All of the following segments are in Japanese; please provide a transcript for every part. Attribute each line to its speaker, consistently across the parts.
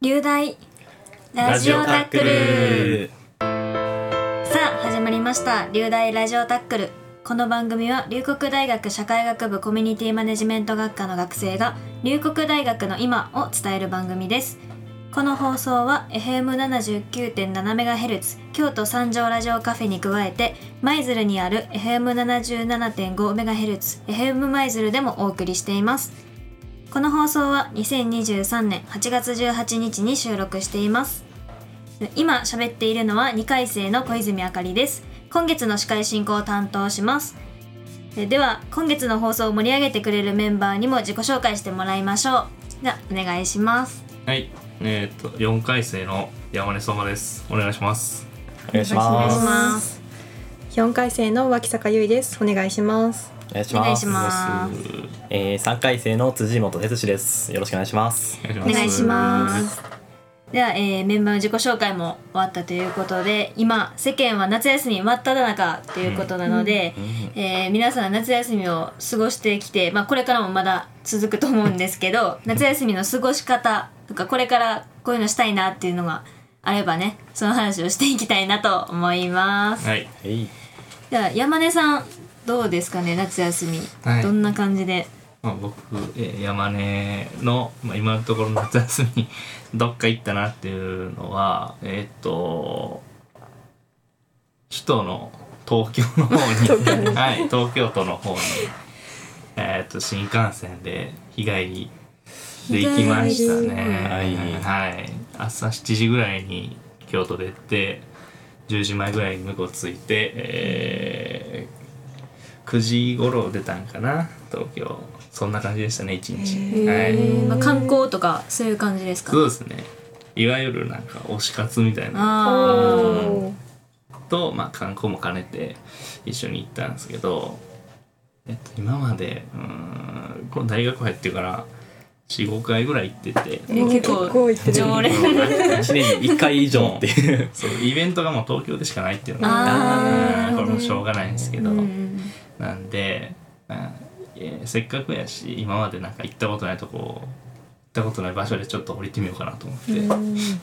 Speaker 1: 流大ラジオタックルさあ始まりました流大ラジオタックルこの番組は龍谷大学社会学部コミュニティマネジメント学科の学生が龍谷大学の今を伝える番組ですこの放送は FM79.7MHz 京都三条ラジオカフェに加えて舞鶴にある FM77.5MHz FM 舞鶴でもお送りしていますこの放送は2023年8月18日に収録しています今喋っているのは2回生の小泉あかりです今月の司会進行を担当しますえでは今月の放送を盛り上げてくれるメンバーにも自己紹介してもらいましょうではお願いします
Speaker 2: はい、えっ、と四回生の山根様です。お願いします。
Speaker 3: お願いし
Speaker 1: お
Speaker 3: ま
Speaker 1: 願い
Speaker 3: す。
Speaker 1: します
Speaker 4: 四回生の脇坂優衣です。お願いします。
Speaker 3: お願いし
Speaker 1: お願いし
Speaker 3: す。
Speaker 1: ます
Speaker 3: えー三回生の辻本哲司です。よろしくお願いします。
Speaker 2: お願いし
Speaker 1: お
Speaker 2: ま
Speaker 1: 願いします。では、えーメンバーの自己紹介も終わったということで今世間は夏休み真っ只中ということなので、えー皆さん夏休みを過ごしてきて、まあ、これからもまだ続くと思うんですけど夏休みの過ごし方とかこれからこういうのしたいなっていうのがあればねその話をしていきたいなと思います。
Speaker 2: はい、
Speaker 3: はい。
Speaker 1: では山根さんどうですかね夏休み、
Speaker 2: はい
Speaker 1: どんな感じで
Speaker 2: まあ、僕、えー山根の、まあ、今のところ夏休み どっか行ったなっていうのはえっ、と首都の東京の方に はい東京都の方にえっ、と新幹線で日帰りで行きましたね。
Speaker 3: は
Speaker 2: は
Speaker 3: い
Speaker 2: い、朝7時ぐらいに京都出て10時前ぐらいに向こう着いて、えー9時頃出たんかな東京そんな感じでしたね一日、はい、
Speaker 1: まあ、観光とかそういう感じですか
Speaker 2: そうですねいわゆるなんか推し活みたいな
Speaker 1: あー
Speaker 4: お
Speaker 2: と、まあ、観光も兼ねて一緒に行ったんですけど、えっと、今までうーんこの大学入ってから45回ぐらい行ってて
Speaker 1: え結構
Speaker 4: 結構行ってる
Speaker 1: 常連
Speaker 3: 一年に一回以上っていう。
Speaker 2: そうイベントがもう東京でしかないっていうの
Speaker 1: あ
Speaker 2: が
Speaker 1: ー
Speaker 2: これもしょうがないんですけど、
Speaker 1: うん
Speaker 2: なんで、うんえーせっかくやし今までなんか行ったことないとこ行ったことない場所でちょっと降りてみようかなと思って、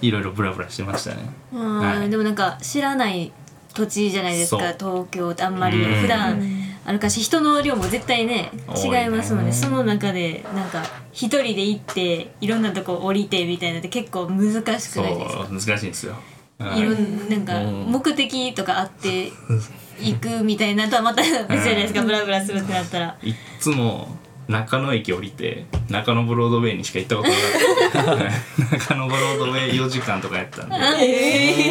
Speaker 2: いろいろブラブラしてましたね。
Speaker 1: あ
Speaker 2: は
Speaker 1: ー
Speaker 2: い
Speaker 1: でもなんか知らない土地じゃないですか東京ってあんまり
Speaker 2: うん
Speaker 1: 普段あるかし人の量も絶対ね
Speaker 2: 多いね
Speaker 1: 違いますもんねその中でなんか一人で行っていろんなとこ降りてみたいなのって結構難しくないです
Speaker 2: そう
Speaker 1: か
Speaker 2: 難しいんですよ。はい
Speaker 1: ろんなんか
Speaker 3: うん
Speaker 1: 目的とかあって行くみたいなのとはまた別じゃないですかブラブラするってなったら
Speaker 2: いっつも中野駅降りて中野ブロードウェイにしか行ったことなかった中野ブロードウェイ4時間とかやったんで、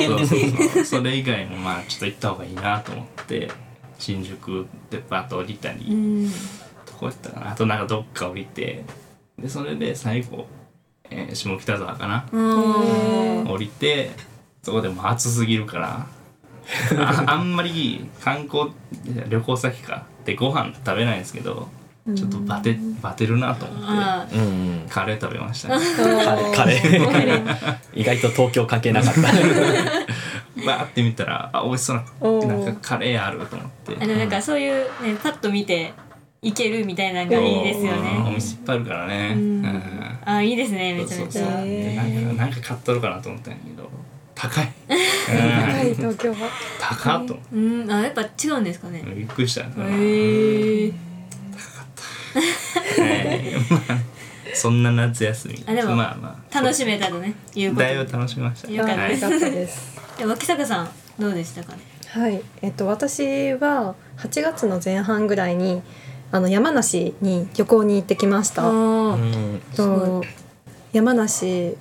Speaker 2: そうそうそうそれ以外もまあちょっと行った方がいいなと思って新宿でバッと降りたり、
Speaker 1: うん
Speaker 2: どこやったかなあとなんかどっか降りてでそれで最後、えー下北沢かな、
Speaker 1: うん
Speaker 2: 降りてそこでもう暑すぎるから ああんまり観光旅行先かでご飯食べないんですけどちょっとバテバテるなと思って
Speaker 1: あー
Speaker 3: うんうん。
Speaker 2: カレー食べました ね
Speaker 3: カレーカレー。意外と東京関係なかった。
Speaker 2: バーって見たらあ美味しそう
Speaker 4: お
Speaker 2: な
Speaker 4: ー
Speaker 2: なんかカレーあると思って
Speaker 1: あのなんかそういうねパッと見て行けるみたいなのがいいですよ
Speaker 2: うんお
Speaker 1: ね
Speaker 2: 店いっぱいあるからね
Speaker 1: うん
Speaker 2: うん
Speaker 1: あーいいですね
Speaker 2: そ
Speaker 1: めちゃめ
Speaker 2: うそう
Speaker 1: ち
Speaker 2: そう
Speaker 1: ゃ。
Speaker 2: でなんかなんか買っとるかなと思ったんやけど 高い
Speaker 4: 高い東京は。
Speaker 2: 高っと思って
Speaker 1: うん、あ、やっぱ違うんですかね。
Speaker 2: びっくりした、
Speaker 1: へー
Speaker 2: はいまあそんな夏休み
Speaker 1: あでも
Speaker 2: まあまあ
Speaker 1: 楽しめたとね、いうこと
Speaker 2: だい
Speaker 1: で。
Speaker 2: ぶ楽しみました
Speaker 1: よかった
Speaker 2: は
Speaker 1: で
Speaker 2: い
Speaker 1: す
Speaker 4: よかったです。
Speaker 1: で脇坂さん、どうでしたかね。
Speaker 4: はい、えっと私は8月の前半ぐらいにあの山梨に旅行に行ってきました。
Speaker 3: う
Speaker 1: あ
Speaker 3: ん。
Speaker 4: えっと山梨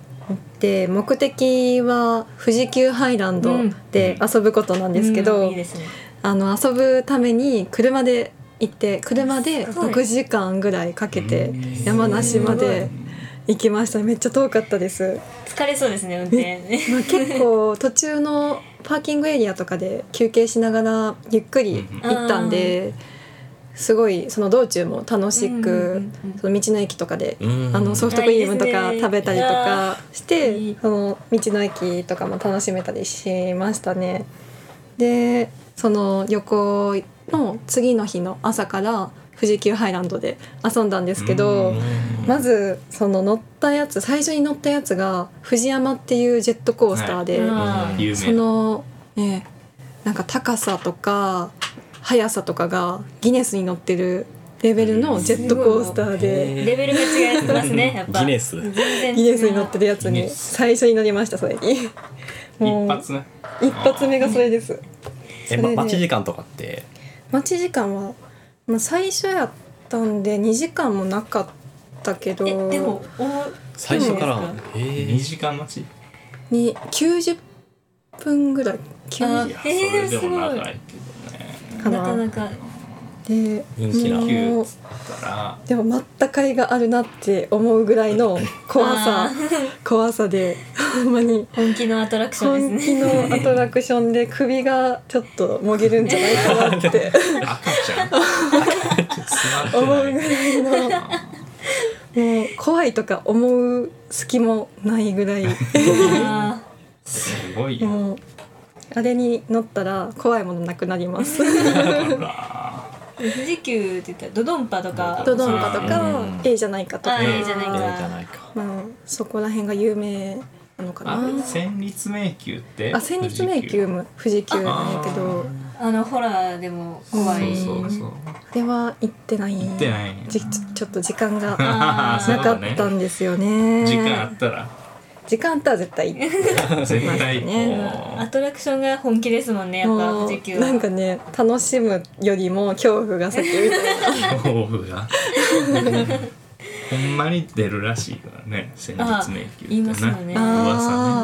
Speaker 4: で目的は富士急ハイランドで遊ぶことなんですけど、
Speaker 1: いいですね。
Speaker 4: あの遊ぶために車で行って車です
Speaker 1: ごい
Speaker 4: 6時間ぐらいかけて山梨まで行きましためっちゃ遠かったです、
Speaker 1: 疲れそうですね、運転。
Speaker 4: まあ、結構途中のパーキングエリアとかで休憩しながらゆっくり行ったんですごいその道中も楽し
Speaker 1: う
Speaker 4: く
Speaker 1: んうんうん
Speaker 4: その道の駅とかで
Speaker 3: うん
Speaker 4: あのソフトクリームと
Speaker 1: あ
Speaker 4: か
Speaker 1: いいですね
Speaker 4: 食べたりとかし
Speaker 1: い
Speaker 4: て
Speaker 1: い
Speaker 4: その道の駅とかも楽しめたりしましたね。でその旅行の次の日の朝から富士急ハイランドで遊んだんですけど、まずその乗ったやつ最初に乗ったやつが藤山っていうジェットコースターで、
Speaker 1: はい
Speaker 2: うん有名
Speaker 4: その、ね、なんか高さとか速さとかがギネスに乗ってるレベルのジェットコースターで。
Speaker 1: レベルが違いますねやっぱ
Speaker 3: ギネス
Speaker 1: 全然違う
Speaker 4: ギネスに乗ってるやつ
Speaker 2: ギネ
Speaker 4: に
Speaker 2: ス
Speaker 4: 最初に乗りま したそれに
Speaker 2: 一
Speaker 4: もう
Speaker 2: 発ね
Speaker 4: 一発目がそれです
Speaker 3: え、
Speaker 4: そ
Speaker 3: ま、
Speaker 4: れで
Speaker 3: 待ち時間とかって
Speaker 4: 待ち時間は、まあ、最初やったんで2時間もなかったけど
Speaker 1: えでも思う
Speaker 3: 最初から
Speaker 1: そうです
Speaker 3: え
Speaker 2: 2時間待ち
Speaker 4: に90分ぐらい
Speaker 1: あ
Speaker 4: 90
Speaker 2: いやそ
Speaker 1: えー
Speaker 2: れですも
Speaker 1: ごい
Speaker 2: 長いけどね
Speaker 4: か
Speaker 1: な
Speaker 4: な
Speaker 1: かなか
Speaker 4: で
Speaker 3: 人気な
Speaker 4: もう
Speaker 2: 9つったら
Speaker 4: でも待った甲斐があるなって思うぐら いの怖さ
Speaker 1: あ
Speaker 4: 怖さでほんまに
Speaker 1: 本気のアトラクション
Speaker 4: 本
Speaker 1: ですね
Speaker 4: 気のアトラクションで首がちょっともげるんじゃないかなって
Speaker 2: 赤ちゃん
Speaker 4: 思うぐ
Speaker 2: 詰まって
Speaker 4: らいの
Speaker 2: ない
Speaker 4: もう怖いとか思う隙もないぐらい
Speaker 1: あ
Speaker 2: すごいよ
Speaker 4: もうあれに乗ったら怖いものなくなります
Speaker 2: ほら
Speaker 1: ー富士急って言ったらドドンパとか
Speaker 4: ドドンパと
Speaker 3: う
Speaker 4: か
Speaker 3: ん
Speaker 4: A じゃないかと
Speaker 1: あ
Speaker 4: か、
Speaker 1: ええじゃないか
Speaker 3: ええじゃないか
Speaker 4: まあ、そこら辺が有名なのか
Speaker 2: あ
Speaker 4: な
Speaker 2: れ戦慄迷宮って
Speaker 4: あ千日迷宮も富士急なんやけど
Speaker 1: あのホラーでも怖い
Speaker 2: そうそうそう
Speaker 4: あれは行ってない
Speaker 2: 行ってないんや
Speaker 4: じちょちょっと時間が な
Speaker 1: あーそう
Speaker 4: かったんですよね
Speaker 2: 時間あった ら
Speaker 4: 時間あったら絶対行って
Speaker 2: 絶対こ
Speaker 1: アトラクションが本気ですもんねやっぱ
Speaker 4: も
Speaker 1: 富士急
Speaker 4: う
Speaker 1: は
Speaker 4: なんかね楽しむよりも恐怖が先みたい な
Speaker 2: う恐怖がほんまに出るらしいからね戦慄迷宮って
Speaker 1: あ言い
Speaker 4: ます
Speaker 2: 噂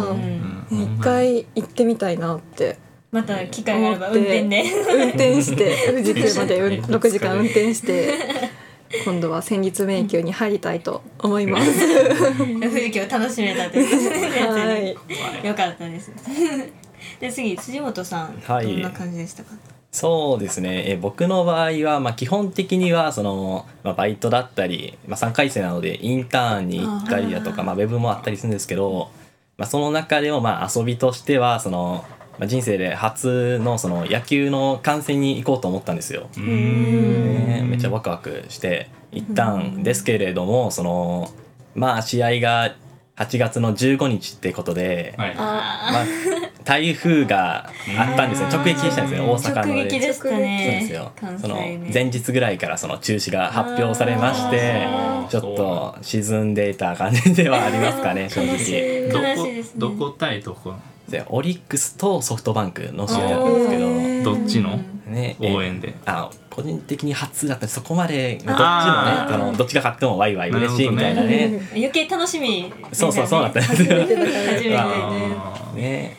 Speaker 4: よ
Speaker 2: ね
Speaker 1: ね
Speaker 2: うん
Speaker 4: 一回行ってみたいなって
Speaker 1: また機会があれば運転で
Speaker 4: 運 転して富士急まで
Speaker 2: うん
Speaker 4: 6時間運転して今度は戦慄迷宮に入りたいと思 います。
Speaker 1: 富士急を楽しめたという
Speaker 4: は
Speaker 1: はい
Speaker 4: い、
Speaker 1: よかったです で次辻本さん、
Speaker 3: はい
Speaker 1: どんな感じでしたか
Speaker 3: そうですねえ僕の場合は、まあ、基本的にはその、まあ、バイトだったり、まあ、3回生なのでインターンに行ったりだと
Speaker 1: あー
Speaker 3: かまあ、ウェブもあったりするんですけど、まあ、その中でもまあ遊びとしてはその、まあ、人生で初のその野球の観戦に行こうと思ったんですよ。
Speaker 2: う
Speaker 3: ね
Speaker 2: ん
Speaker 3: めっちゃワクワクして行ったんですけれども、そのまあ試合が8月の15日ってことで、
Speaker 2: はい
Speaker 1: あ
Speaker 3: まあ、台風があったんですね
Speaker 1: あー
Speaker 3: 直撃したんですね大
Speaker 1: ー
Speaker 3: 阪の
Speaker 1: 直
Speaker 3: ね
Speaker 1: 撃でした
Speaker 3: そうです
Speaker 1: ね
Speaker 3: よ、
Speaker 1: 関西
Speaker 3: その
Speaker 1: ね
Speaker 3: 前日ぐらいからその中止が発表されまして
Speaker 2: あー
Speaker 3: ちょっと沈んでいた感じではありますかね正
Speaker 1: 悲し
Speaker 3: 直
Speaker 1: い
Speaker 2: ど
Speaker 1: 悲しいです
Speaker 2: こ
Speaker 1: ね
Speaker 2: どこ対どこ
Speaker 3: でオリックスとソフトバンクの試合だったんですけど、
Speaker 4: えー
Speaker 2: どっちの
Speaker 3: ねえー
Speaker 2: 応援で
Speaker 3: あ個人的に初だったんでそこまでどっちもね
Speaker 2: あ
Speaker 3: あ
Speaker 1: ー
Speaker 3: のどっちが勝ってもワイワイ嬉しいみたいな
Speaker 2: な
Speaker 3: ね
Speaker 1: 余計楽しみですよね、
Speaker 3: そうそうそうだったんですよ
Speaker 1: 初めてだから初め て
Speaker 3: ま
Speaker 1: だね
Speaker 2: あー
Speaker 3: ね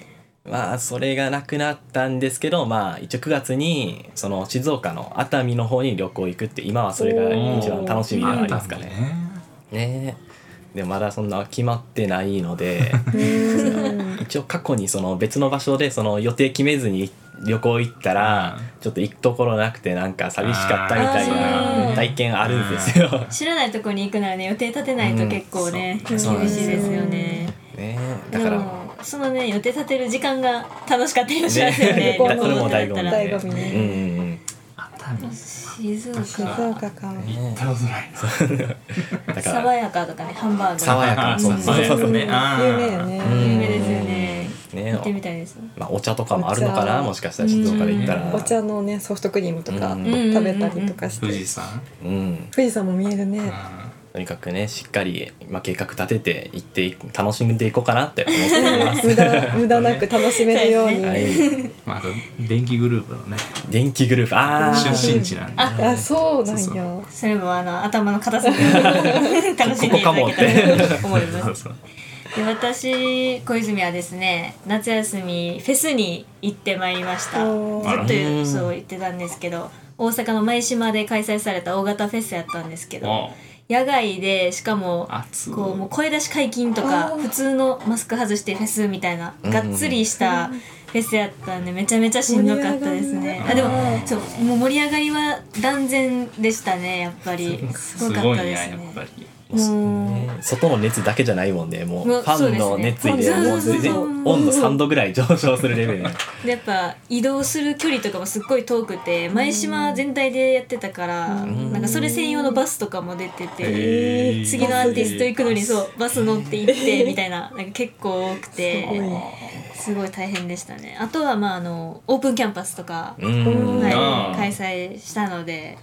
Speaker 3: まあそれがなくなったんですけどまあ一応9月にその静岡の熱海の方に旅行行くって今はそれが一番楽しみではありますかね。ねでもまだそんな決まってないので一応過去にその別の場所でその予定決めずに旅行行ったら
Speaker 2: うん
Speaker 3: ちょっと行くところなくてなんか寂しかったみたい
Speaker 1: あー
Speaker 3: な体験あるんですよ。
Speaker 1: 知らないとこに行くならね予定立てないと結構ね、
Speaker 3: うんそう
Speaker 1: 厳しいですよね
Speaker 3: ね
Speaker 1: で
Speaker 3: だから
Speaker 1: もそのね予定立てる時間が楽しかったりもしますよね
Speaker 3: ね
Speaker 1: 旅行の
Speaker 3: それも
Speaker 1: だっ
Speaker 3: 醍醐
Speaker 1: た
Speaker 3: 味
Speaker 1: ら
Speaker 3: ね
Speaker 4: 醍醐味
Speaker 3: うん
Speaker 4: ね
Speaker 3: うんうん
Speaker 2: 熱海
Speaker 1: 静
Speaker 4: 静
Speaker 1: 岡
Speaker 4: 岡か
Speaker 2: 行ったことないな
Speaker 3: だか
Speaker 1: 爽
Speaker 3: ら
Speaker 1: やかとかねハンバーグとか
Speaker 3: 爽やかそうそうそうそう
Speaker 2: ねあー
Speaker 4: 有名よね
Speaker 1: 有名ですよね
Speaker 3: ね
Speaker 1: 行ってみたいですね
Speaker 3: まあ、お茶とかもあるのかなもしかしたら静岡で行ったら
Speaker 4: お茶のねソフトクリームとか
Speaker 3: うん
Speaker 4: 食べたりとかして
Speaker 2: 富士山
Speaker 3: うん
Speaker 4: 富士山も見えるね
Speaker 2: あ
Speaker 3: とにかくねしっかり、まあ、計画立てて行ってい楽しんでいこうかなって思っています
Speaker 4: 無駄無駄なく楽しめるように
Speaker 3: は
Speaker 4: あ
Speaker 3: い
Speaker 2: ーまああと電気グループのね
Speaker 3: 電気グループああ
Speaker 2: 出身地なんで
Speaker 4: そうな
Speaker 2: そ
Speaker 4: ん
Speaker 2: う
Speaker 4: や
Speaker 1: それもあの頭の片 隅に楽しんでいただけたらと 思い
Speaker 2: そ
Speaker 1: ま
Speaker 2: う
Speaker 1: す
Speaker 2: そう
Speaker 1: で私小泉はですね夏休みフェスに行ってまいりましたず
Speaker 4: お
Speaker 2: ー
Speaker 1: っと言うそう言ってたんですけど大阪の舞島で開催された大型フェスやったんですけど
Speaker 2: お
Speaker 1: 野外でしかも
Speaker 2: 暑い
Speaker 1: こうもう声出し解禁とか
Speaker 4: あー
Speaker 1: 普通のマスク外してフェスみたいな
Speaker 3: うん
Speaker 1: がっつりしたフェスやったんでめちゃめちゃしんどかったですねあ
Speaker 4: 盛
Speaker 1: で
Speaker 4: り
Speaker 1: も
Speaker 4: 上がるね
Speaker 1: そうもう盛り上がりは断然でしたねやっぱりすごかったです
Speaker 2: やっ
Speaker 1: ね
Speaker 2: ぱり
Speaker 1: うん
Speaker 3: ね外の熱だけじゃないもんねもう
Speaker 1: も
Speaker 3: フ
Speaker 1: うそう
Speaker 3: ァ
Speaker 1: で
Speaker 3: ン
Speaker 1: すね
Speaker 3: の熱意でもう
Speaker 1: そうそうそう
Speaker 3: 全温度3度ぐらい上昇するレベル
Speaker 1: でやっぱ移動する距離とかもすっごい遠くて前島全体でやってたから、
Speaker 3: ん
Speaker 1: なんかそれ専用のバスとかも出て
Speaker 2: へ
Speaker 1: て、
Speaker 2: ー
Speaker 1: 次のアーティスト行くのにそうバス乗って行ってみたいななんか結構多く
Speaker 4: すごい
Speaker 1: てすごい大変でしたねあとはまああのオープンキャンパスとか、
Speaker 3: うん
Speaker 1: はい
Speaker 2: あー
Speaker 1: 開催したので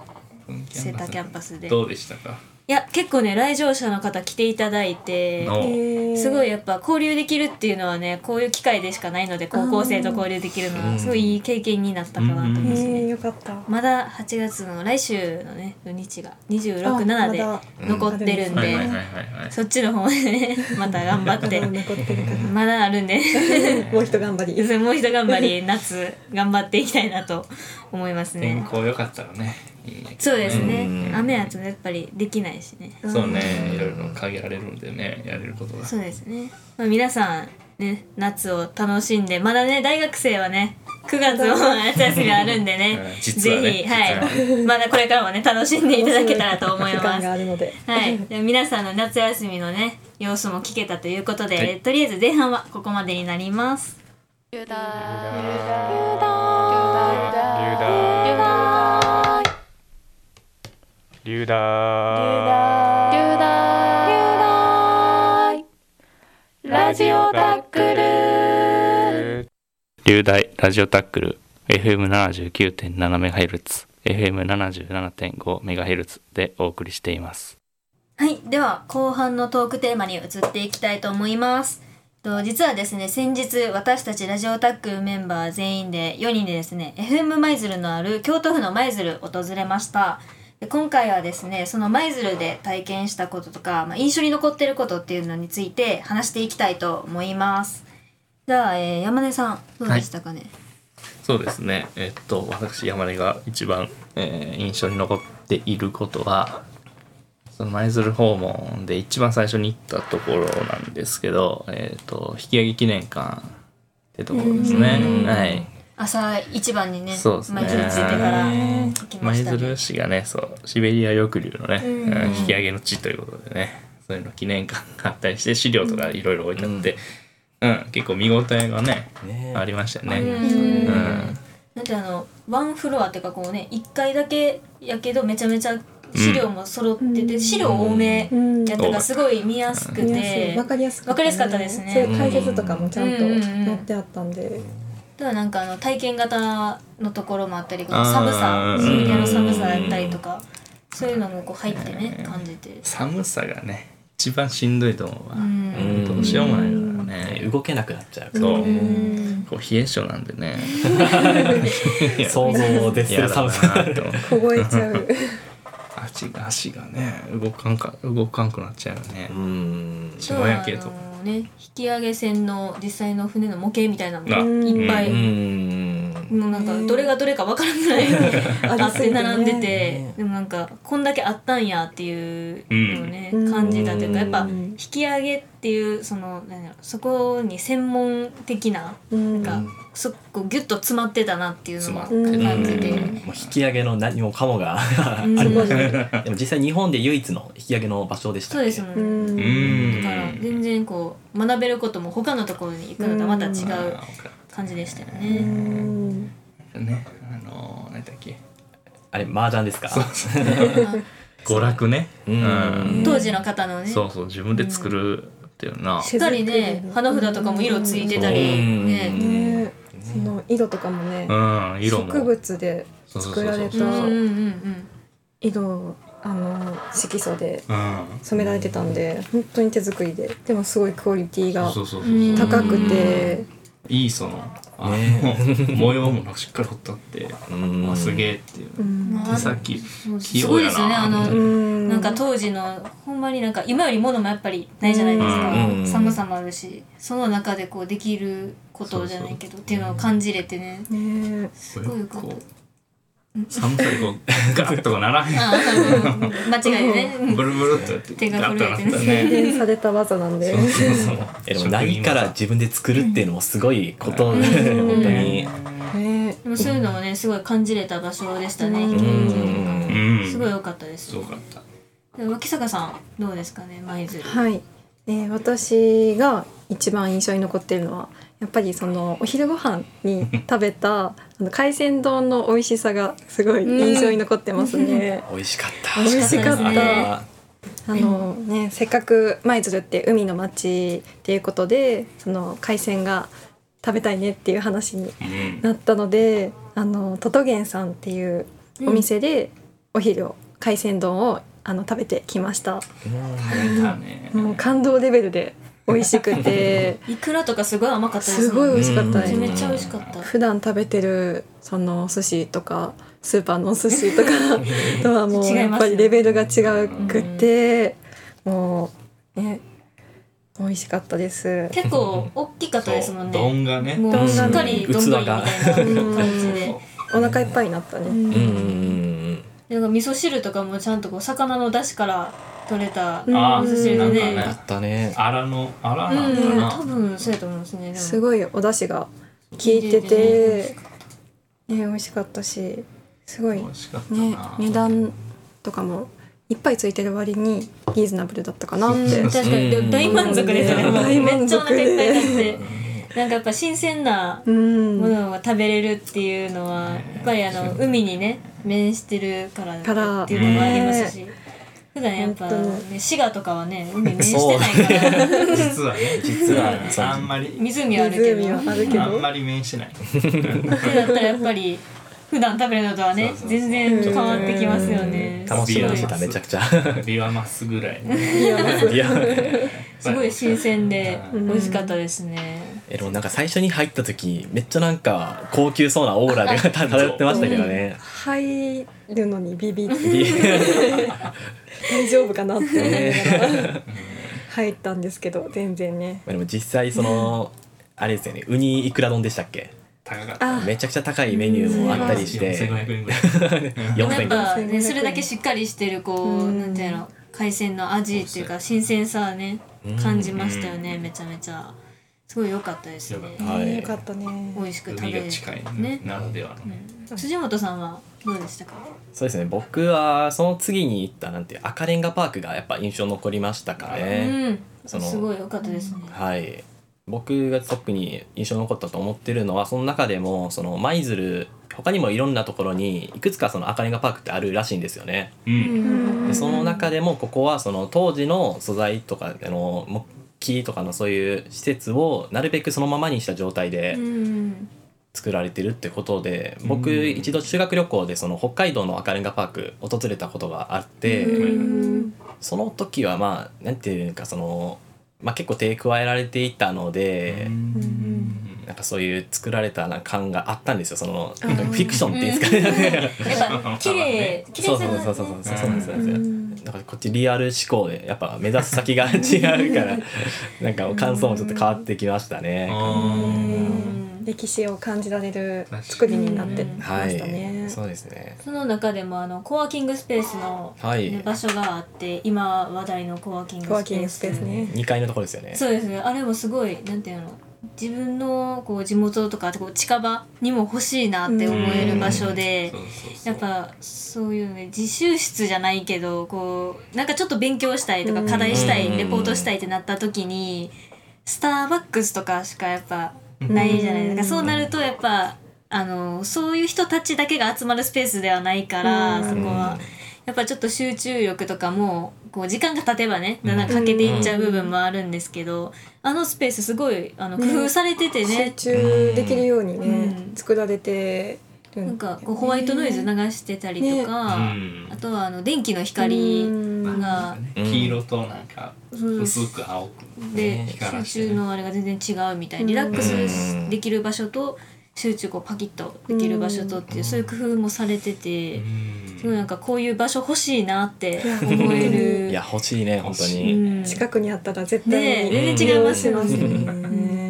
Speaker 1: セーターキャンパスで
Speaker 2: どうでしたか
Speaker 1: いや結構ね来場者の方来ていただいて
Speaker 2: の
Speaker 1: すご
Speaker 4: い
Speaker 1: いやっぱ交流できるっていうのはねこういう機会でしかないので高校生と交流できるの
Speaker 3: う
Speaker 1: は
Speaker 3: ん
Speaker 1: すごいいい経験になったかなと思いますね、
Speaker 4: えよかった
Speaker 1: まだ8月の来週のね土日が
Speaker 4: あ
Speaker 1: 267で
Speaker 4: まだ
Speaker 1: 残ってるん
Speaker 4: うん
Speaker 1: で、
Speaker 2: はいはいはいはいはい
Speaker 1: そっちの方でね また頑張っ
Speaker 4: まだ
Speaker 1: て
Speaker 4: 残って るか
Speaker 1: まだあるんで
Speaker 4: らもう一頑張り
Speaker 1: もう一頑張り夏頑張っていきたいなと思います
Speaker 2: 天
Speaker 1: ね
Speaker 2: 候良かったらねいいね
Speaker 1: そうですね、
Speaker 3: うん
Speaker 1: 雨やとやっぱりできないしね
Speaker 2: そうねいろいろ限られるんでねやれることが
Speaker 1: そうですね、まあ、皆さんね夏を楽しんでまだね大学生はね9月も夏休みあるんでね
Speaker 2: うん実はね
Speaker 1: ぜひ、
Speaker 2: 実は
Speaker 1: はい、まだこれからもね楽しんでいただけたらと思い
Speaker 4: 時間
Speaker 1: ます
Speaker 4: があるので
Speaker 1: はい、では皆さんの夏休みのね様子も聞けたということで、
Speaker 2: はい
Speaker 1: とりあえず前半はここまでになります。
Speaker 5: 流大
Speaker 6: ラジオタックル
Speaker 5: 流大ラジオタックル FM79.7MHz FM77.5MHz でお送りしています
Speaker 1: はい、では後半のトークテーマに移っていきたいと思います。と実はですね先日私たちラジオタックメンバー全員で4人でですね FM 舞鶴のある京都府の舞鶴を訪れましたで今回はですねその舞鶴で体験したこととか、まあ、印象に残ってることっていうのについて話していきたいと思いますじゃあ、えー山根さんどうでしたかね、
Speaker 2: そうですね。えっと、私、山根が一番、えー印象に残っていることは、その舞鶴訪問で一番最初に行ったところなんですけど、えっと、引き上げ記念館ってところですね。はい。
Speaker 1: 朝一番にね
Speaker 2: そうですね
Speaker 1: 舞鶴着いてから行きま
Speaker 2: 舞
Speaker 1: したね
Speaker 2: 鶴市がね、そう、シベリア抑留のね、
Speaker 1: うん
Speaker 2: うん引き上げの地ということでね、そういうの記念館があったりして、資料とかいろいろ置いてあって、うん、結構見応えがね、
Speaker 3: ね
Speaker 2: ありました
Speaker 1: う
Speaker 2: ね。
Speaker 1: ん
Speaker 2: うん
Speaker 1: なんてあのワンフロアっていうかこうね1階だけやけどめちゃめちゃ資料も揃ってて、
Speaker 4: うん
Speaker 1: 資料多め
Speaker 4: うん
Speaker 1: やったからすごい見やすく
Speaker 4: 見やすい
Speaker 1: て、
Speaker 4: わかりやす
Speaker 1: わかりやすかったですね
Speaker 4: そういう解説とかもちゃんと
Speaker 1: うんうんうん
Speaker 4: やってあったんで
Speaker 1: ただなんかあの体験型のところもあったりこの
Speaker 2: あー
Speaker 1: 寒さ
Speaker 2: うん
Speaker 1: シベリアの寒さだったりとか、そういうのもこう入ってね、感じて。
Speaker 2: 寒さがね、一番しんどいと思うわ。
Speaker 1: うん
Speaker 2: どうしようもないから
Speaker 3: ね
Speaker 2: ね。
Speaker 3: 動けなくなっちゃう
Speaker 2: そう
Speaker 1: う。ん
Speaker 2: こう冷え性なんで ね。
Speaker 3: 想像を絶す
Speaker 2: 嫌
Speaker 3: る
Speaker 2: だ
Speaker 3: 寒
Speaker 2: な
Speaker 3: さ
Speaker 2: と思う。
Speaker 4: 凍えちゃう
Speaker 2: 足が足がね動かんか動かんくなっちゃうよね
Speaker 3: う。ん
Speaker 1: あと
Speaker 2: 霜
Speaker 1: は
Speaker 2: や
Speaker 1: あ
Speaker 2: けど。
Speaker 1: のね引き上げ船の実際の船の模型みたいなの
Speaker 2: あ
Speaker 1: もいっぱい、
Speaker 3: うん
Speaker 1: もうなんかどれがどれかわからんぐらいあって並んでてでもなんかこんだけあったんやっていうのをね、
Speaker 4: うん
Speaker 1: 感じたというかやっぱ
Speaker 3: うん
Speaker 1: 引き上げっていうそのなんだろうそこに専門的な
Speaker 4: うん
Speaker 1: なんかそこギュッと詰まってたなっていうのも
Speaker 2: 詰
Speaker 4: まって
Speaker 1: 感
Speaker 4: た
Speaker 1: じて。
Speaker 2: うん
Speaker 3: もう引き上げの何もか もがあ
Speaker 1: うん
Speaker 3: りまし
Speaker 4: すごい
Speaker 3: たでも実際日本で唯一の引き上げの場所でした
Speaker 1: そ
Speaker 3: っ
Speaker 1: う
Speaker 3: け
Speaker 1: ですもん、
Speaker 4: う
Speaker 1: ね
Speaker 4: ん
Speaker 2: う
Speaker 1: だか
Speaker 2: ん。
Speaker 1: ら全然こう学べることも他のところに行くのとはまた違う感じでしたよね。
Speaker 4: うん
Speaker 2: ねあのー何だっけ
Speaker 3: あれ麻雀ですか
Speaker 2: 娯楽ね。
Speaker 3: う
Speaker 2: うん
Speaker 3: ん
Speaker 1: 当時の方のね
Speaker 2: そうそう自分で作るっていうな。
Speaker 1: しっかりね花札とかも色ついてたり
Speaker 3: うん
Speaker 1: ね
Speaker 4: ねえその色とかもね
Speaker 2: うん色も。
Speaker 4: 植物で
Speaker 2: そうそうそうそう
Speaker 4: 作
Speaker 1: う
Speaker 4: られ
Speaker 1: んうん
Speaker 4: た
Speaker 1: うんうん
Speaker 4: 色をあの色素で
Speaker 2: うん。
Speaker 4: 染められてたんで本当に手作りででもすごいクオリティが
Speaker 2: そうそうそう
Speaker 1: うん
Speaker 2: そう。
Speaker 4: 高くて
Speaker 2: いいそのあの
Speaker 3: ね
Speaker 2: 模様もしっかり彫ったって。
Speaker 3: うん
Speaker 2: あすげえっていう。
Speaker 4: うん
Speaker 1: まあ
Speaker 2: 手先
Speaker 1: もう
Speaker 2: 器
Speaker 1: す
Speaker 2: 用
Speaker 1: ごい
Speaker 2: や
Speaker 1: です
Speaker 2: な
Speaker 1: よねあの、
Speaker 4: うん
Speaker 1: なんか当時のほんまになんか今よりものもやっぱりないじゃないですか、
Speaker 3: うん
Speaker 1: 寒さもあるしその中でこうできることじゃないけどっていうのを感じれてね
Speaker 4: ねえ
Speaker 1: すごいよかった
Speaker 2: こう寒さでこうガッとかならへん
Speaker 1: ああの間違いでねうん
Speaker 2: ブルブルっとやって
Speaker 1: 手が
Speaker 2: ガ
Speaker 1: 震
Speaker 2: ッと
Speaker 1: え
Speaker 2: なってた
Speaker 1: ね
Speaker 2: ね
Speaker 4: 洗練された技なんで
Speaker 2: そうそう
Speaker 3: えでもないから自分で作るっていうのもすごいことで
Speaker 1: うん
Speaker 3: 本当に
Speaker 4: ね
Speaker 1: でもそういうのもねすごい感じれた場所でしたね、
Speaker 4: うん
Speaker 1: 引き上げとか
Speaker 2: うん
Speaker 1: すごい良かったです
Speaker 2: すごかった
Speaker 1: で脇坂さんどうですかね舞鶴
Speaker 4: はい、えー私が一番印象に残ってるのはやっぱりそのお昼ご飯 に食べたあの海鮮丼の美味しさがすごい印象に残ってます ね。
Speaker 3: 美味しかった
Speaker 4: 美味しかった
Speaker 3: あれは
Speaker 4: あのね、せっかく舞鶴って海の町っていうことでその海鮮が食べたいねっていう話に
Speaker 3: うん
Speaker 4: なったのであのトトゲンさんっていうお店でお昼を海鮮丼をあの食べてきました。
Speaker 2: 食べたね
Speaker 4: もう感動レベルで美味しく て
Speaker 1: いくらとかすごい甘かったです
Speaker 4: すごい美味しかった
Speaker 1: め
Speaker 4: です
Speaker 1: ちゃ
Speaker 4: ね
Speaker 1: めちゃ美味しかった
Speaker 4: 普段食べてるそのお寿司とかスーパーのお寿司とかとはもう
Speaker 1: 違い
Speaker 4: やっ
Speaker 1: ます
Speaker 4: ぱ
Speaker 1: よね
Speaker 4: りレベルが違くって、もうね美味しかったです
Speaker 1: 結構大きかったですもんね
Speaker 2: う丼がね
Speaker 1: もうしっか
Speaker 3: う
Speaker 1: り
Speaker 3: ん
Speaker 1: 丼みたいな感じ
Speaker 4: 器
Speaker 1: で
Speaker 4: お腹いっぱいになったね、
Speaker 3: うんうんうん
Speaker 1: なんか味噌汁とかもちゃんとこう魚の出汁から取れた
Speaker 4: うん
Speaker 2: ああ
Speaker 1: お寿
Speaker 2: な
Speaker 1: 司
Speaker 2: んか
Speaker 1: で
Speaker 2: ね
Speaker 3: うんあ
Speaker 1: ね
Speaker 3: ったね
Speaker 2: アラのアラ
Speaker 1: う
Speaker 2: なん
Speaker 1: ん
Speaker 2: か
Speaker 1: 多
Speaker 2: な
Speaker 1: 分そうやと思うんですねでも
Speaker 4: すごいお出汁が効いてて、ね、美味しかったしすごい
Speaker 2: 美味しかった
Speaker 4: ね
Speaker 2: な
Speaker 4: 値段とかもいっぱいついてる割にリーズナブルだったかなっ
Speaker 1: うん
Speaker 4: て
Speaker 1: 確かにでも大満足ですよね
Speaker 4: うん
Speaker 1: もうめっちゃお腹いっぱいになっ
Speaker 4: 大
Speaker 1: てなんかやっぱ新鮮な
Speaker 4: うん
Speaker 1: ものを食べれるっていうのはやっぱりあの海にね面してるから
Speaker 4: から
Speaker 1: っていうのもありますし普段やっぱ
Speaker 4: 本当
Speaker 1: ね滋賀とかはね海面してないから
Speaker 2: 実はね
Speaker 3: 実はそう
Speaker 2: あんまり
Speaker 1: 湖はあるけど
Speaker 4: 湖はあるけ
Speaker 2: あん
Speaker 4: ど
Speaker 2: まり面し ない
Speaker 1: ってなったらやっぱ然普段食べるのとはね
Speaker 2: そうそうそう
Speaker 1: 全然変わってきますよね
Speaker 3: 楽しみにしてた
Speaker 2: すご
Speaker 3: め
Speaker 2: い
Speaker 3: ちゃくちゃ
Speaker 2: ビワマスぐらい
Speaker 3: いや
Speaker 1: すごい新鮮で
Speaker 2: うん
Speaker 1: 美味しかったですね
Speaker 3: えでもなんか最初に入った時めっちゃなんか高級そうなオーラで漂ってましたけどね
Speaker 4: 入るのにビビって
Speaker 3: い
Speaker 4: 大丈夫かなって思いながら入ったんですけど全然ね
Speaker 3: まあでも実際そのあれですよねウニいくら丼でしたっけ
Speaker 2: 高かった
Speaker 4: あ
Speaker 3: めちゃくちゃ高いメニューもあったりして
Speaker 2: 4500円ぐらい
Speaker 1: でもやっ
Speaker 3: 4500
Speaker 1: ぱねそれだけしっかりしてるこ
Speaker 4: う
Speaker 1: うんなんていうの海鮮の味っていうか新鮮さはね感じましたよねめちゃめちゃすごい良かったですね
Speaker 2: 良か
Speaker 3: は
Speaker 4: ね
Speaker 3: い
Speaker 4: よかったね
Speaker 1: 美味しく食べ
Speaker 2: 海
Speaker 1: れ
Speaker 2: が近い
Speaker 1: ね
Speaker 2: ならではの
Speaker 1: うん辻本さんはどうでしたか
Speaker 3: そうですね僕はその次に行ったなんていう赤レンガパークがやっぱ印象残りましたか
Speaker 1: う
Speaker 3: ね、
Speaker 1: ん
Speaker 3: その
Speaker 1: すごい良かったですね
Speaker 3: はい僕が特に印象に残ったと思ってるのはその中でもその舞鶴他にもいろんなところにいくつかその赤レンガパークってあるらしいんですよね、
Speaker 2: うん
Speaker 4: ん
Speaker 3: でその中でもここはその当時の素材とかあの木木とかのそういう施設をなるべくそのままにした状態
Speaker 1: う
Speaker 3: で
Speaker 1: ん
Speaker 3: 作られてるってことで
Speaker 2: う
Speaker 3: 僕
Speaker 2: ん
Speaker 3: 一度修学旅行でその北海道の赤レンガパーク訪れたことがあって
Speaker 1: うん
Speaker 3: その時はまあなんていうかその、まあ、結構手加えられていたので。なんかそういう作られたな感があったんですよそのなんかフィクションっていうんです かね
Speaker 1: やっぱ綺麗綺
Speaker 3: そ
Speaker 1: 麗
Speaker 3: う
Speaker 1: さ
Speaker 3: そう
Speaker 1: が
Speaker 3: そうそうそう
Speaker 1: ね
Speaker 3: そうなんですよそうなんですよ
Speaker 4: うん
Speaker 3: だからこっちリアル思考でやっぱ目指す先が違うからなんか感想もちょっと変わってきましたね。
Speaker 1: うん
Speaker 4: 歴史を感じられる作りになってま
Speaker 3: は
Speaker 4: した
Speaker 3: い、
Speaker 4: ね
Speaker 3: そうですね。
Speaker 1: その中でもあのコワーキングスペースの、
Speaker 3: はい
Speaker 1: ね、場所があって今話題のコワーキングスペ
Speaker 4: コワ
Speaker 1: ー
Speaker 4: ー
Speaker 1: ス
Speaker 4: キングスペースね
Speaker 3: 2階のところですよね。
Speaker 1: そうですねあれもすごいなんていうの自分のこう地元とかこう近場にも欲しいなって思える場所でやっぱそういうね自習室じゃないけどこうなんかちょっと勉強したいとか
Speaker 4: うん
Speaker 1: 課題したい
Speaker 3: うん
Speaker 1: レポートしたいってなった時にスターバックスとかしかやっぱないじゃないですか
Speaker 4: うん
Speaker 1: そうなるとやっぱあのそういう人たちだけが集まるスペースではないから
Speaker 4: うん
Speaker 1: そこはやっぱちょっと集中力とかもこう時間が経てばねだんだんかけていっちゃう部分もあるんですけどあのスペースすごいあの工夫されてて
Speaker 4: 集
Speaker 1: ね
Speaker 4: 中できるようにね
Speaker 1: うん
Speaker 4: 作られてる
Speaker 1: なんかこうホワイトノイズ流してたりとか。あとはあの電気の光
Speaker 4: うん
Speaker 1: が
Speaker 2: 黄色となんか
Speaker 1: そう
Speaker 2: 薄く青く
Speaker 1: で
Speaker 2: 光らして
Speaker 1: 集中のあれが全然違うみたいなリラック
Speaker 3: うん
Speaker 1: スできる場所と集中こうパキッとできる場所とっていうそういう工夫もされててすごいなんかこういう場所欲しいなって思える。
Speaker 3: いや欲しいね本当
Speaker 1: う
Speaker 3: に。
Speaker 1: ん
Speaker 4: 近くにあったら絶対
Speaker 1: ね全
Speaker 4: に
Speaker 1: 然違いますよ
Speaker 4: 利用
Speaker 1: ね。
Speaker 4: しますよ
Speaker 1: う
Speaker 4: ね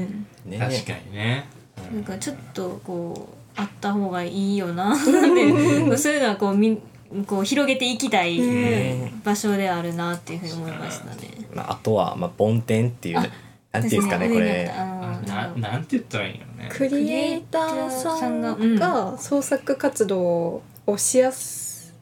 Speaker 1: ん
Speaker 3: ね
Speaker 2: 確かにね
Speaker 1: なんかちょっとこうあった方がいいよ なっていうそういうのはこうみこう広げていきたい
Speaker 3: ね
Speaker 1: 場所であるなっていうふうに思いましたね。
Speaker 3: まああとはまあ梵天っていうなんていうんですかねこ
Speaker 1: 上に
Speaker 3: れ
Speaker 1: あったあの
Speaker 2: ななんて言ったらいいのね
Speaker 4: クリエイターさん
Speaker 1: クリエイターさん
Speaker 4: が創作活動をしやす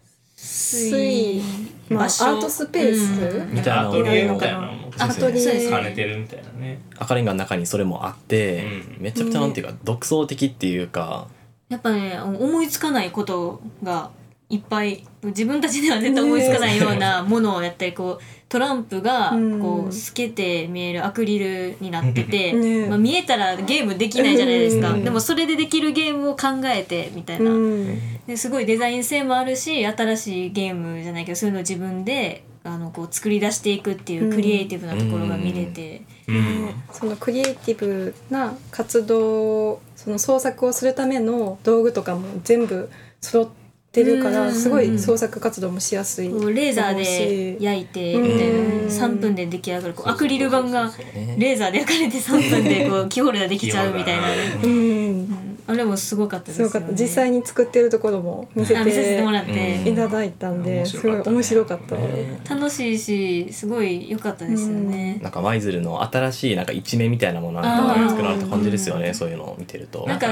Speaker 4: 水、まあ、ア
Speaker 1: 場所
Speaker 4: ートスペース、
Speaker 1: うん
Speaker 3: みたいな
Speaker 2: ア
Speaker 3: の
Speaker 2: ト
Speaker 3: を
Speaker 2: リエみたいなのも
Speaker 4: アトリエ
Speaker 2: 兼ねてるみたいなね
Speaker 3: 赤レンガの中にそれもあって、
Speaker 2: うん
Speaker 3: めちゃくちゃなんていうか独創的っていうか
Speaker 1: やっぱね思いつかないことがいっぱい自分たちでは絶対思いつかないようなものをやったりこうトランプが
Speaker 4: うん
Speaker 1: こう透けて見えるアクリルになってて、
Speaker 4: ね
Speaker 1: まあ、見えたらゲームできないじゃないですか、
Speaker 4: うん
Speaker 1: でもそれでできるゲームを考えてみたいな、
Speaker 4: うん
Speaker 1: ですごいデザイン性もあるし新しいゲームじゃないけどそういうのを自分であのこう作り出していくっていうクリエイティブなところが見れて、
Speaker 2: うん
Speaker 4: そのクリエイティブな活動その創作をするための道具とかも全部揃ってるか
Speaker 1: うん
Speaker 4: らすごい創作活動もしやすい
Speaker 1: こうレーザーで
Speaker 4: や
Speaker 1: 焼いてみたいな、
Speaker 4: うん
Speaker 1: 3分で出来上がるこうアクリル板が
Speaker 2: そうそうそう
Speaker 3: ね
Speaker 1: レーザーで焼かれて3分でこうキーホルダーできちゃうみたいな、
Speaker 2: 器
Speaker 4: う
Speaker 2: 用だ
Speaker 4: ん
Speaker 1: うんあれもすごかったです
Speaker 4: す
Speaker 1: よ
Speaker 4: ご
Speaker 1: ね
Speaker 4: かった実際に作ってるところも見せ
Speaker 1: あ見せて
Speaker 4: て
Speaker 1: もらって、
Speaker 2: うん
Speaker 4: いただいたんで
Speaker 2: 面
Speaker 4: す
Speaker 2: 白か
Speaker 4: ごい
Speaker 2: ったね
Speaker 4: 面白かった
Speaker 3: ね
Speaker 1: 楽しいしすごい良かったですよね、
Speaker 3: なんか舞鶴の新しいなんか一面みたいなものが熱くなると感じですよ
Speaker 1: あ
Speaker 3: ね
Speaker 1: ー
Speaker 3: そういうのを見てると
Speaker 1: なんか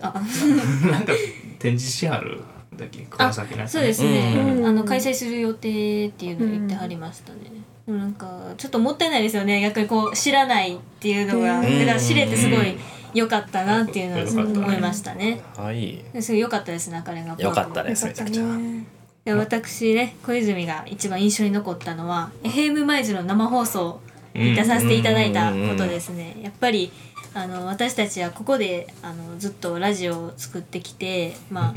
Speaker 1: あ
Speaker 2: ななんか展示しはるだっけこの先なんかね
Speaker 1: そうですね、
Speaker 4: うん
Speaker 1: あの開催する予定っていうのを言ってはりましたね、でもなんかちょっともったいないですよね逆にこう知らないっていうのが、
Speaker 4: うん
Speaker 1: だから知れてすごい良かったなっていうの
Speaker 2: うん
Speaker 1: は思いましたね、
Speaker 3: はい
Speaker 1: すごい良かったですね赤レンガパーク
Speaker 3: 良かったです
Speaker 4: よ
Speaker 3: め
Speaker 4: か
Speaker 3: ちゃ
Speaker 4: っ
Speaker 3: く
Speaker 4: た
Speaker 3: ちゃ
Speaker 4: ね
Speaker 1: で私ね小泉が一番印象に残ったのは FM 舞鶴の生放送に出させていただいたことですねやっぱりあの私たちはここであのずっとラジオを作ってきてま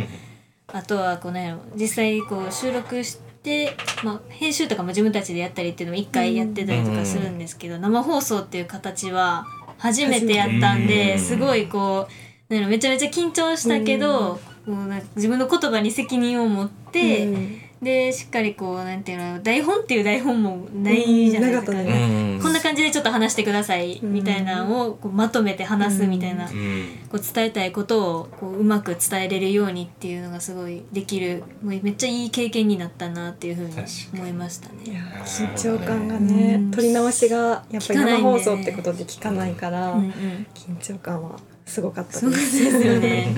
Speaker 1: ああとはこの辺実際こう収録して、まあ、編集とかも自分たちでやったりっていうのも一回やってたりとかするんですけど、生放送っていう形は初めてやったんで、
Speaker 3: うん
Speaker 1: すごいこうなんやろめちゃめちゃ緊張したけど、こうなんか自分の言葉に責任を持って。
Speaker 4: うん
Speaker 1: でしっかりこうなんていうの台本っていう台本もないじゃないですか,、
Speaker 4: うんなかったね
Speaker 3: うん
Speaker 1: こんな感じでちょっと話してくださいみたいなのをこうまとめて話すみたいな、
Speaker 2: う
Speaker 1: こ
Speaker 2: ん
Speaker 1: う伝えたいことをこううまく伝えれるようにっていうのがすごいできるもうめっちゃいい経験になったなっていうふうに思いました
Speaker 4: いや
Speaker 1: ね。
Speaker 4: 緊張感が
Speaker 1: う
Speaker 4: ね
Speaker 1: ん
Speaker 4: 取り直しがやっぱり
Speaker 1: 聞かないんでね
Speaker 4: 生放送ってことで聞かないから
Speaker 1: うんうん
Speaker 4: 緊張感はすごかった
Speaker 1: そう
Speaker 4: で
Speaker 1: ですすよね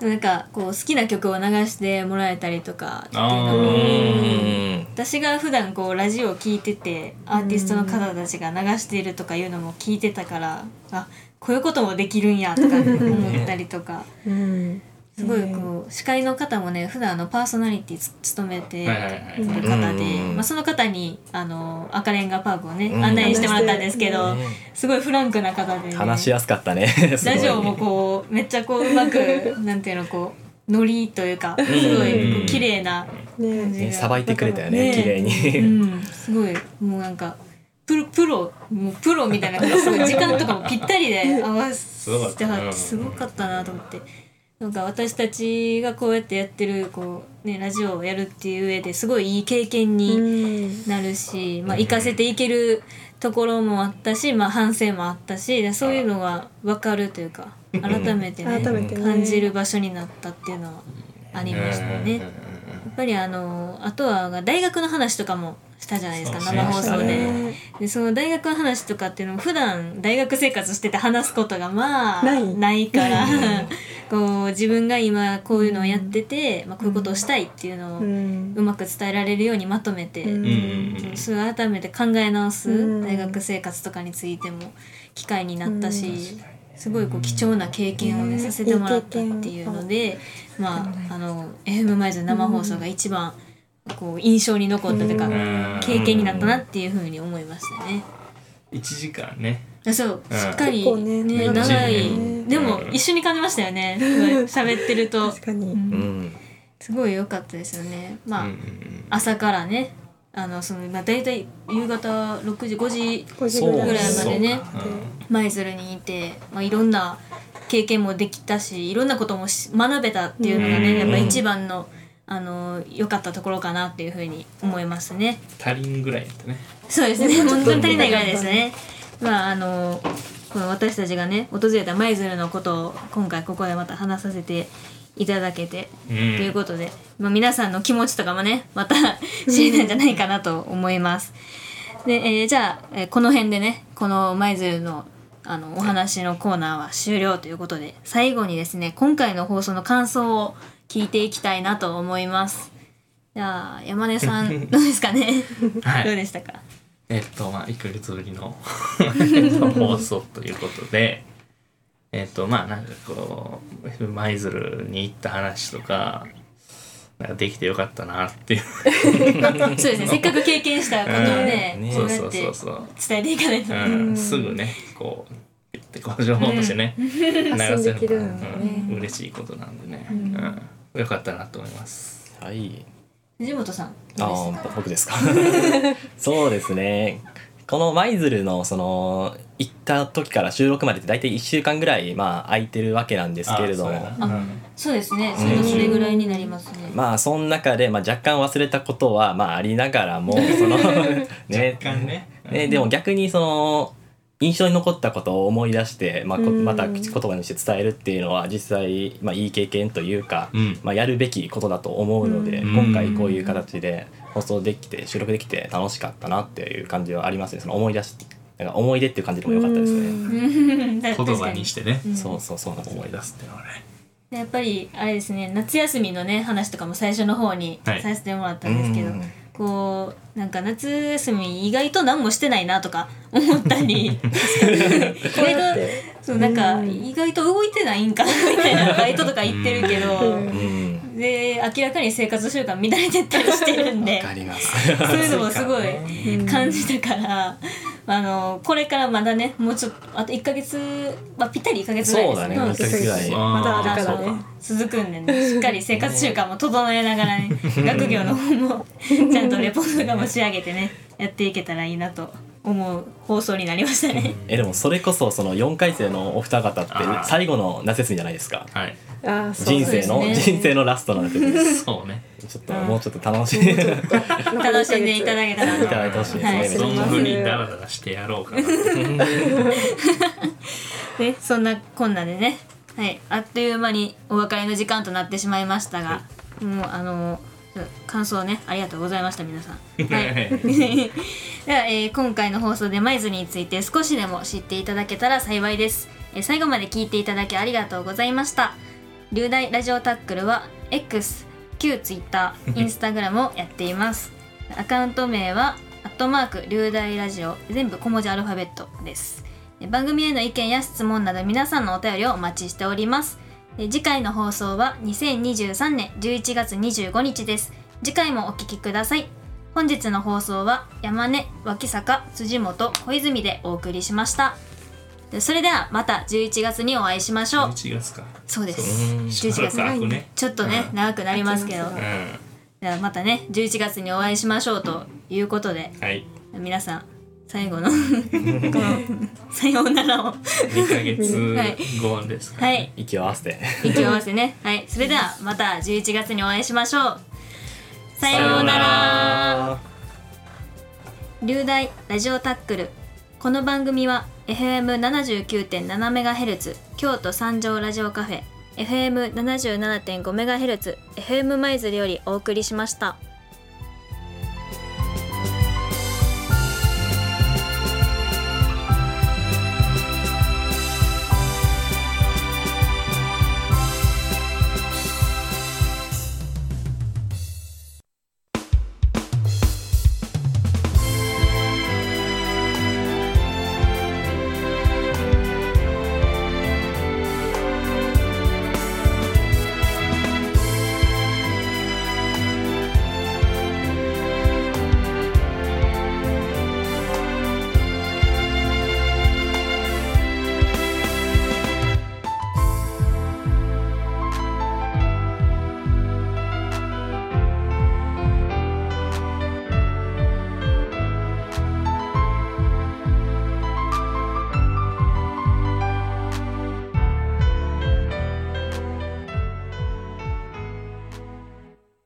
Speaker 1: なんかこう好きな曲を流してもらえたりとかっていうの
Speaker 2: あ
Speaker 1: が
Speaker 3: うん
Speaker 1: 私が普段こうラジオを聞いててアーティストの方たちが流しているとかいうのも聞いてたからあこういうこともできるんやとか思ったりとか
Speaker 4: うん
Speaker 1: すごいこう司会の方もね普段あのパーソナリティつ務めて
Speaker 2: はいはいはい
Speaker 1: る方で
Speaker 3: うん、
Speaker 1: まあ、その方にあの赤レンガパークをね
Speaker 3: うん
Speaker 1: 案内してもらったんですけど
Speaker 3: ね
Speaker 1: すごいフランクな方でね、
Speaker 3: 話しやすかったねすごい
Speaker 1: ラジオもこうめっちゃこううまく なんていうのこうノリというかすごいこう綺麗な感
Speaker 4: ね
Speaker 1: じ
Speaker 3: ね
Speaker 1: が
Speaker 3: さばいてくれたよね
Speaker 1: ね
Speaker 3: 綺麗
Speaker 1: う
Speaker 3: に
Speaker 1: ん、すごいもうなんかプロプロもうプロみたいなすごい時間とかもぴったりで合わせ
Speaker 2: ごかった
Speaker 1: てはっ
Speaker 2: うん
Speaker 1: てすごかったなと思ってなんか私たちがこうやってやってるこう、ね、ラジオをやるっていう上ですごいいい経験
Speaker 4: う
Speaker 1: に
Speaker 4: ん
Speaker 1: なるし、まあ、行かせていけるところもあったし、まあ、反省もあったしでそういうのが分かるというか改めてね
Speaker 4: 改めてね
Speaker 1: 感じる場所になったっていうのはありましたね。
Speaker 2: う
Speaker 1: やっぱりあのあとは大学の話とかもしたじゃないですか
Speaker 2: そう
Speaker 1: 生放
Speaker 3: しま
Speaker 1: 送
Speaker 3: した
Speaker 1: で,、
Speaker 3: ね
Speaker 1: でその大学の話とかっていうのも普段大学生活してて話すことがまあ
Speaker 4: ない
Speaker 1: ないから こう自分が今こういうのをやってて、まあ、こういうことをしたいっていうのをう
Speaker 4: う
Speaker 1: んまく伝えられるようにまとめて、
Speaker 4: うん
Speaker 2: んうんうん
Speaker 1: そういう改めて考え直す、
Speaker 4: うん
Speaker 1: 大学生活とかについても機会になったし、すごいこう貴重な経験をね、
Speaker 4: うん
Speaker 1: させてもらったっていうので、まああの FM マイズの生放送が一番こう印象に残ったというか、
Speaker 2: うん
Speaker 1: 経験になったなっていうふうに思いましたね。
Speaker 2: 一時間ね
Speaker 1: あそう、
Speaker 2: うん
Speaker 1: しっかり
Speaker 4: 結構ね
Speaker 1: ね
Speaker 2: 長
Speaker 1: 長
Speaker 2: い
Speaker 1: い、
Speaker 2: ね
Speaker 1: でも一緒に感じましたよねすごい喋ってると
Speaker 4: 確かに、
Speaker 3: うん
Speaker 1: すごい良かったですよね。まあ、
Speaker 2: うんうん
Speaker 1: 朝からねあのその、まあ、大体夕方6時5時
Speaker 4: 5時ぐらい
Speaker 1: ぐらい
Speaker 4: ま
Speaker 1: ま
Speaker 4: で
Speaker 1: でね
Speaker 2: うん
Speaker 1: 舞鶴にいて、まあ、いろんな経験もできたしいろんなこともし学べたっていうのが
Speaker 2: うん
Speaker 1: ねやっぱ一番のあの良かったところかなっていうふうに思いますね。
Speaker 2: 足りんぐらいやったね
Speaker 1: そうですね本当に足りないぐらいですね。まああのこの私たちがね訪れた舞鶴のことを今回ここでまた話させていただけてと
Speaker 2: と
Speaker 1: い
Speaker 2: いう
Speaker 1: ことで、まあ、皆さんの気持ちとかもねまた知れたんじゃないかなと思います。で、えーじゃあ、えーこの辺でねこの舞鶴のあのお話のコーナーは終了ということで最後にですね今回の放送の感想を聞いていきたいなと思います。じゃあ山根さ んどうですかね、
Speaker 2: はい
Speaker 1: どうでしたか
Speaker 2: えっとまあ1ヶ月ぶりの えっと放送ということでえっとまあなんかこう舞鶴に行った話とかなんかできてよかったなっていう
Speaker 1: そうですねせっかく経験した ことをね,、
Speaker 3: うん
Speaker 1: こ
Speaker 3: ね
Speaker 2: そう
Speaker 1: う
Speaker 2: そ
Speaker 1: やっ
Speaker 2: うそ
Speaker 1: て
Speaker 2: うそう、
Speaker 1: 伝えていかないと、
Speaker 2: うん、すぐねこう言ってこう情報としてね、流
Speaker 4: 発
Speaker 2: せ
Speaker 4: 信で
Speaker 2: る
Speaker 4: きる
Speaker 2: の
Speaker 4: の
Speaker 2: が、
Speaker 4: ね
Speaker 2: うん、嬉しいことなんでね、うんよかったなと思います
Speaker 3: はい
Speaker 1: 藤本さん
Speaker 3: あ
Speaker 1: どうですか
Speaker 3: ー僕ですか そうですねこの舞鶴のその行った時から収録までって大体1週間ぐらいまあ空いてるわけなんですけれども
Speaker 2: あそうやなうん
Speaker 1: そうですねそれそれぐらいになりますね、
Speaker 3: まあその中で、まあ、若干忘れたことはまあありながらもそのね
Speaker 2: 若干ねうん
Speaker 3: ねでも逆にその印象に残ったことを思い出して、まあ、こ
Speaker 4: うん
Speaker 3: また口言葉にして伝えるっていうのは実際、まあ、いい経験というか、
Speaker 2: うん
Speaker 3: まあ、やるべきことだと思うので、
Speaker 2: うん
Speaker 3: 今回こういう形で放送できて収録できて楽しかったなっていう感じはありますねその思い出しなんか思い出っていう感じでも良かったですね。
Speaker 1: うん、言
Speaker 2: 言葉にしてね
Speaker 3: そうそうそうなんですよ
Speaker 2: 思い出すっていうのはね
Speaker 1: やっぱりあれですね夏休みのね話とかも最初の方に
Speaker 2: はい
Speaker 1: させてもらったんですけど、
Speaker 3: うん
Speaker 1: こうなんか夏休み意外と何もしてないなとか 思ったり意外とそうなんか意外と動いてないんかなみたいなバイトとか行ってるけど、
Speaker 3: うん
Speaker 1: で明らかに生活習慣乱れてったりしてるんで
Speaker 3: わかります。
Speaker 1: そういうのもすごい感じたから。あのこれからまだねもうちょっとあと1ヶ月、まあ、ぴったり1ヶ月ぐらい
Speaker 3: そ
Speaker 1: です
Speaker 3: うだ
Speaker 1: け
Speaker 3: ね。
Speaker 1: ど
Speaker 3: 一ヶ月ぐらい。
Speaker 4: まだあるか
Speaker 1: そう
Speaker 4: らね
Speaker 1: 続くんでねしっかり生活習慣も整えなが らね学業の方もちゃんとレポートとかも仕上げてねやっていけたらいいなと思う放送になりましたね。
Speaker 3: えでもそれこそその4回生のお二方って
Speaker 2: あー
Speaker 3: 最後の夏休みじゃないですか
Speaker 2: はい
Speaker 4: ああそう
Speaker 3: 人生の、
Speaker 1: そうですね
Speaker 3: 人生のラストの夏休みで す
Speaker 2: そうね
Speaker 3: ちょっともうちょっと楽しみいた
Speaker 1: 楽しんでいただけたらなと
Speaker 3: だいてほしい
Speaker 1: はい
Speaker 3: ですね、
Speaker 2: 存分にダラダラしてやろうかな
Speaker 1: ね、そんなこんなでね、はい、あっという間にお別れの時間となってしまいましたが、もうあの感想ねありがとうございました皆さん。 はい、では、えー今回の放送で舞鶴について少しでも知っていただけたら幸いです、えー最後まで聞いていただきありがとうございました流大ラジオタックルは X 旧 Twitter インスタグラムをやっていますアカウント名はアットマーク流大ラジオ全部小文字アルファベットですえー番組への意見や質問など皆さんのお便りをお待ちしておりますえー次回の放送は2023年11月25日です次回もお聞きください本日の放送は山根脇坂辻元小泉でお送りしましたでそれではまた11月にお会いしましょう
Speaker 2: 1月か
Speaker 1: そうです
Speaker 2: うん
Speaker 1: 11月
Speaker 2: しばらくね
Speaker 1: ちょっとね、
Speaker 2: うん
Speaker 1: 長くなりますけど
Speaker 4: 空きます
Speaker 2: う
Speaker 4: が
Speaker 2: ん
Speaker 1: ではまたね11月にお会いしましょうということで
Speaker 2: はい
Speaker 1: 皆さん最 後のこのさようならを
Speaker 2: 2ヶ月後ですか
Speaker 1: は
Speaker 2: ら
Speaker 1: い
Speaker 2: ね
Speaker 3: 息を合わせて
Speaker 1: 息を合わせてねはいそれではまた11月にお会いしましょうさようなら流大ラジオタックルこの番組は FM79.7MHz 京都三条ラジオカフェ FM77.5MHz FM 舞鶴よりお送りしました。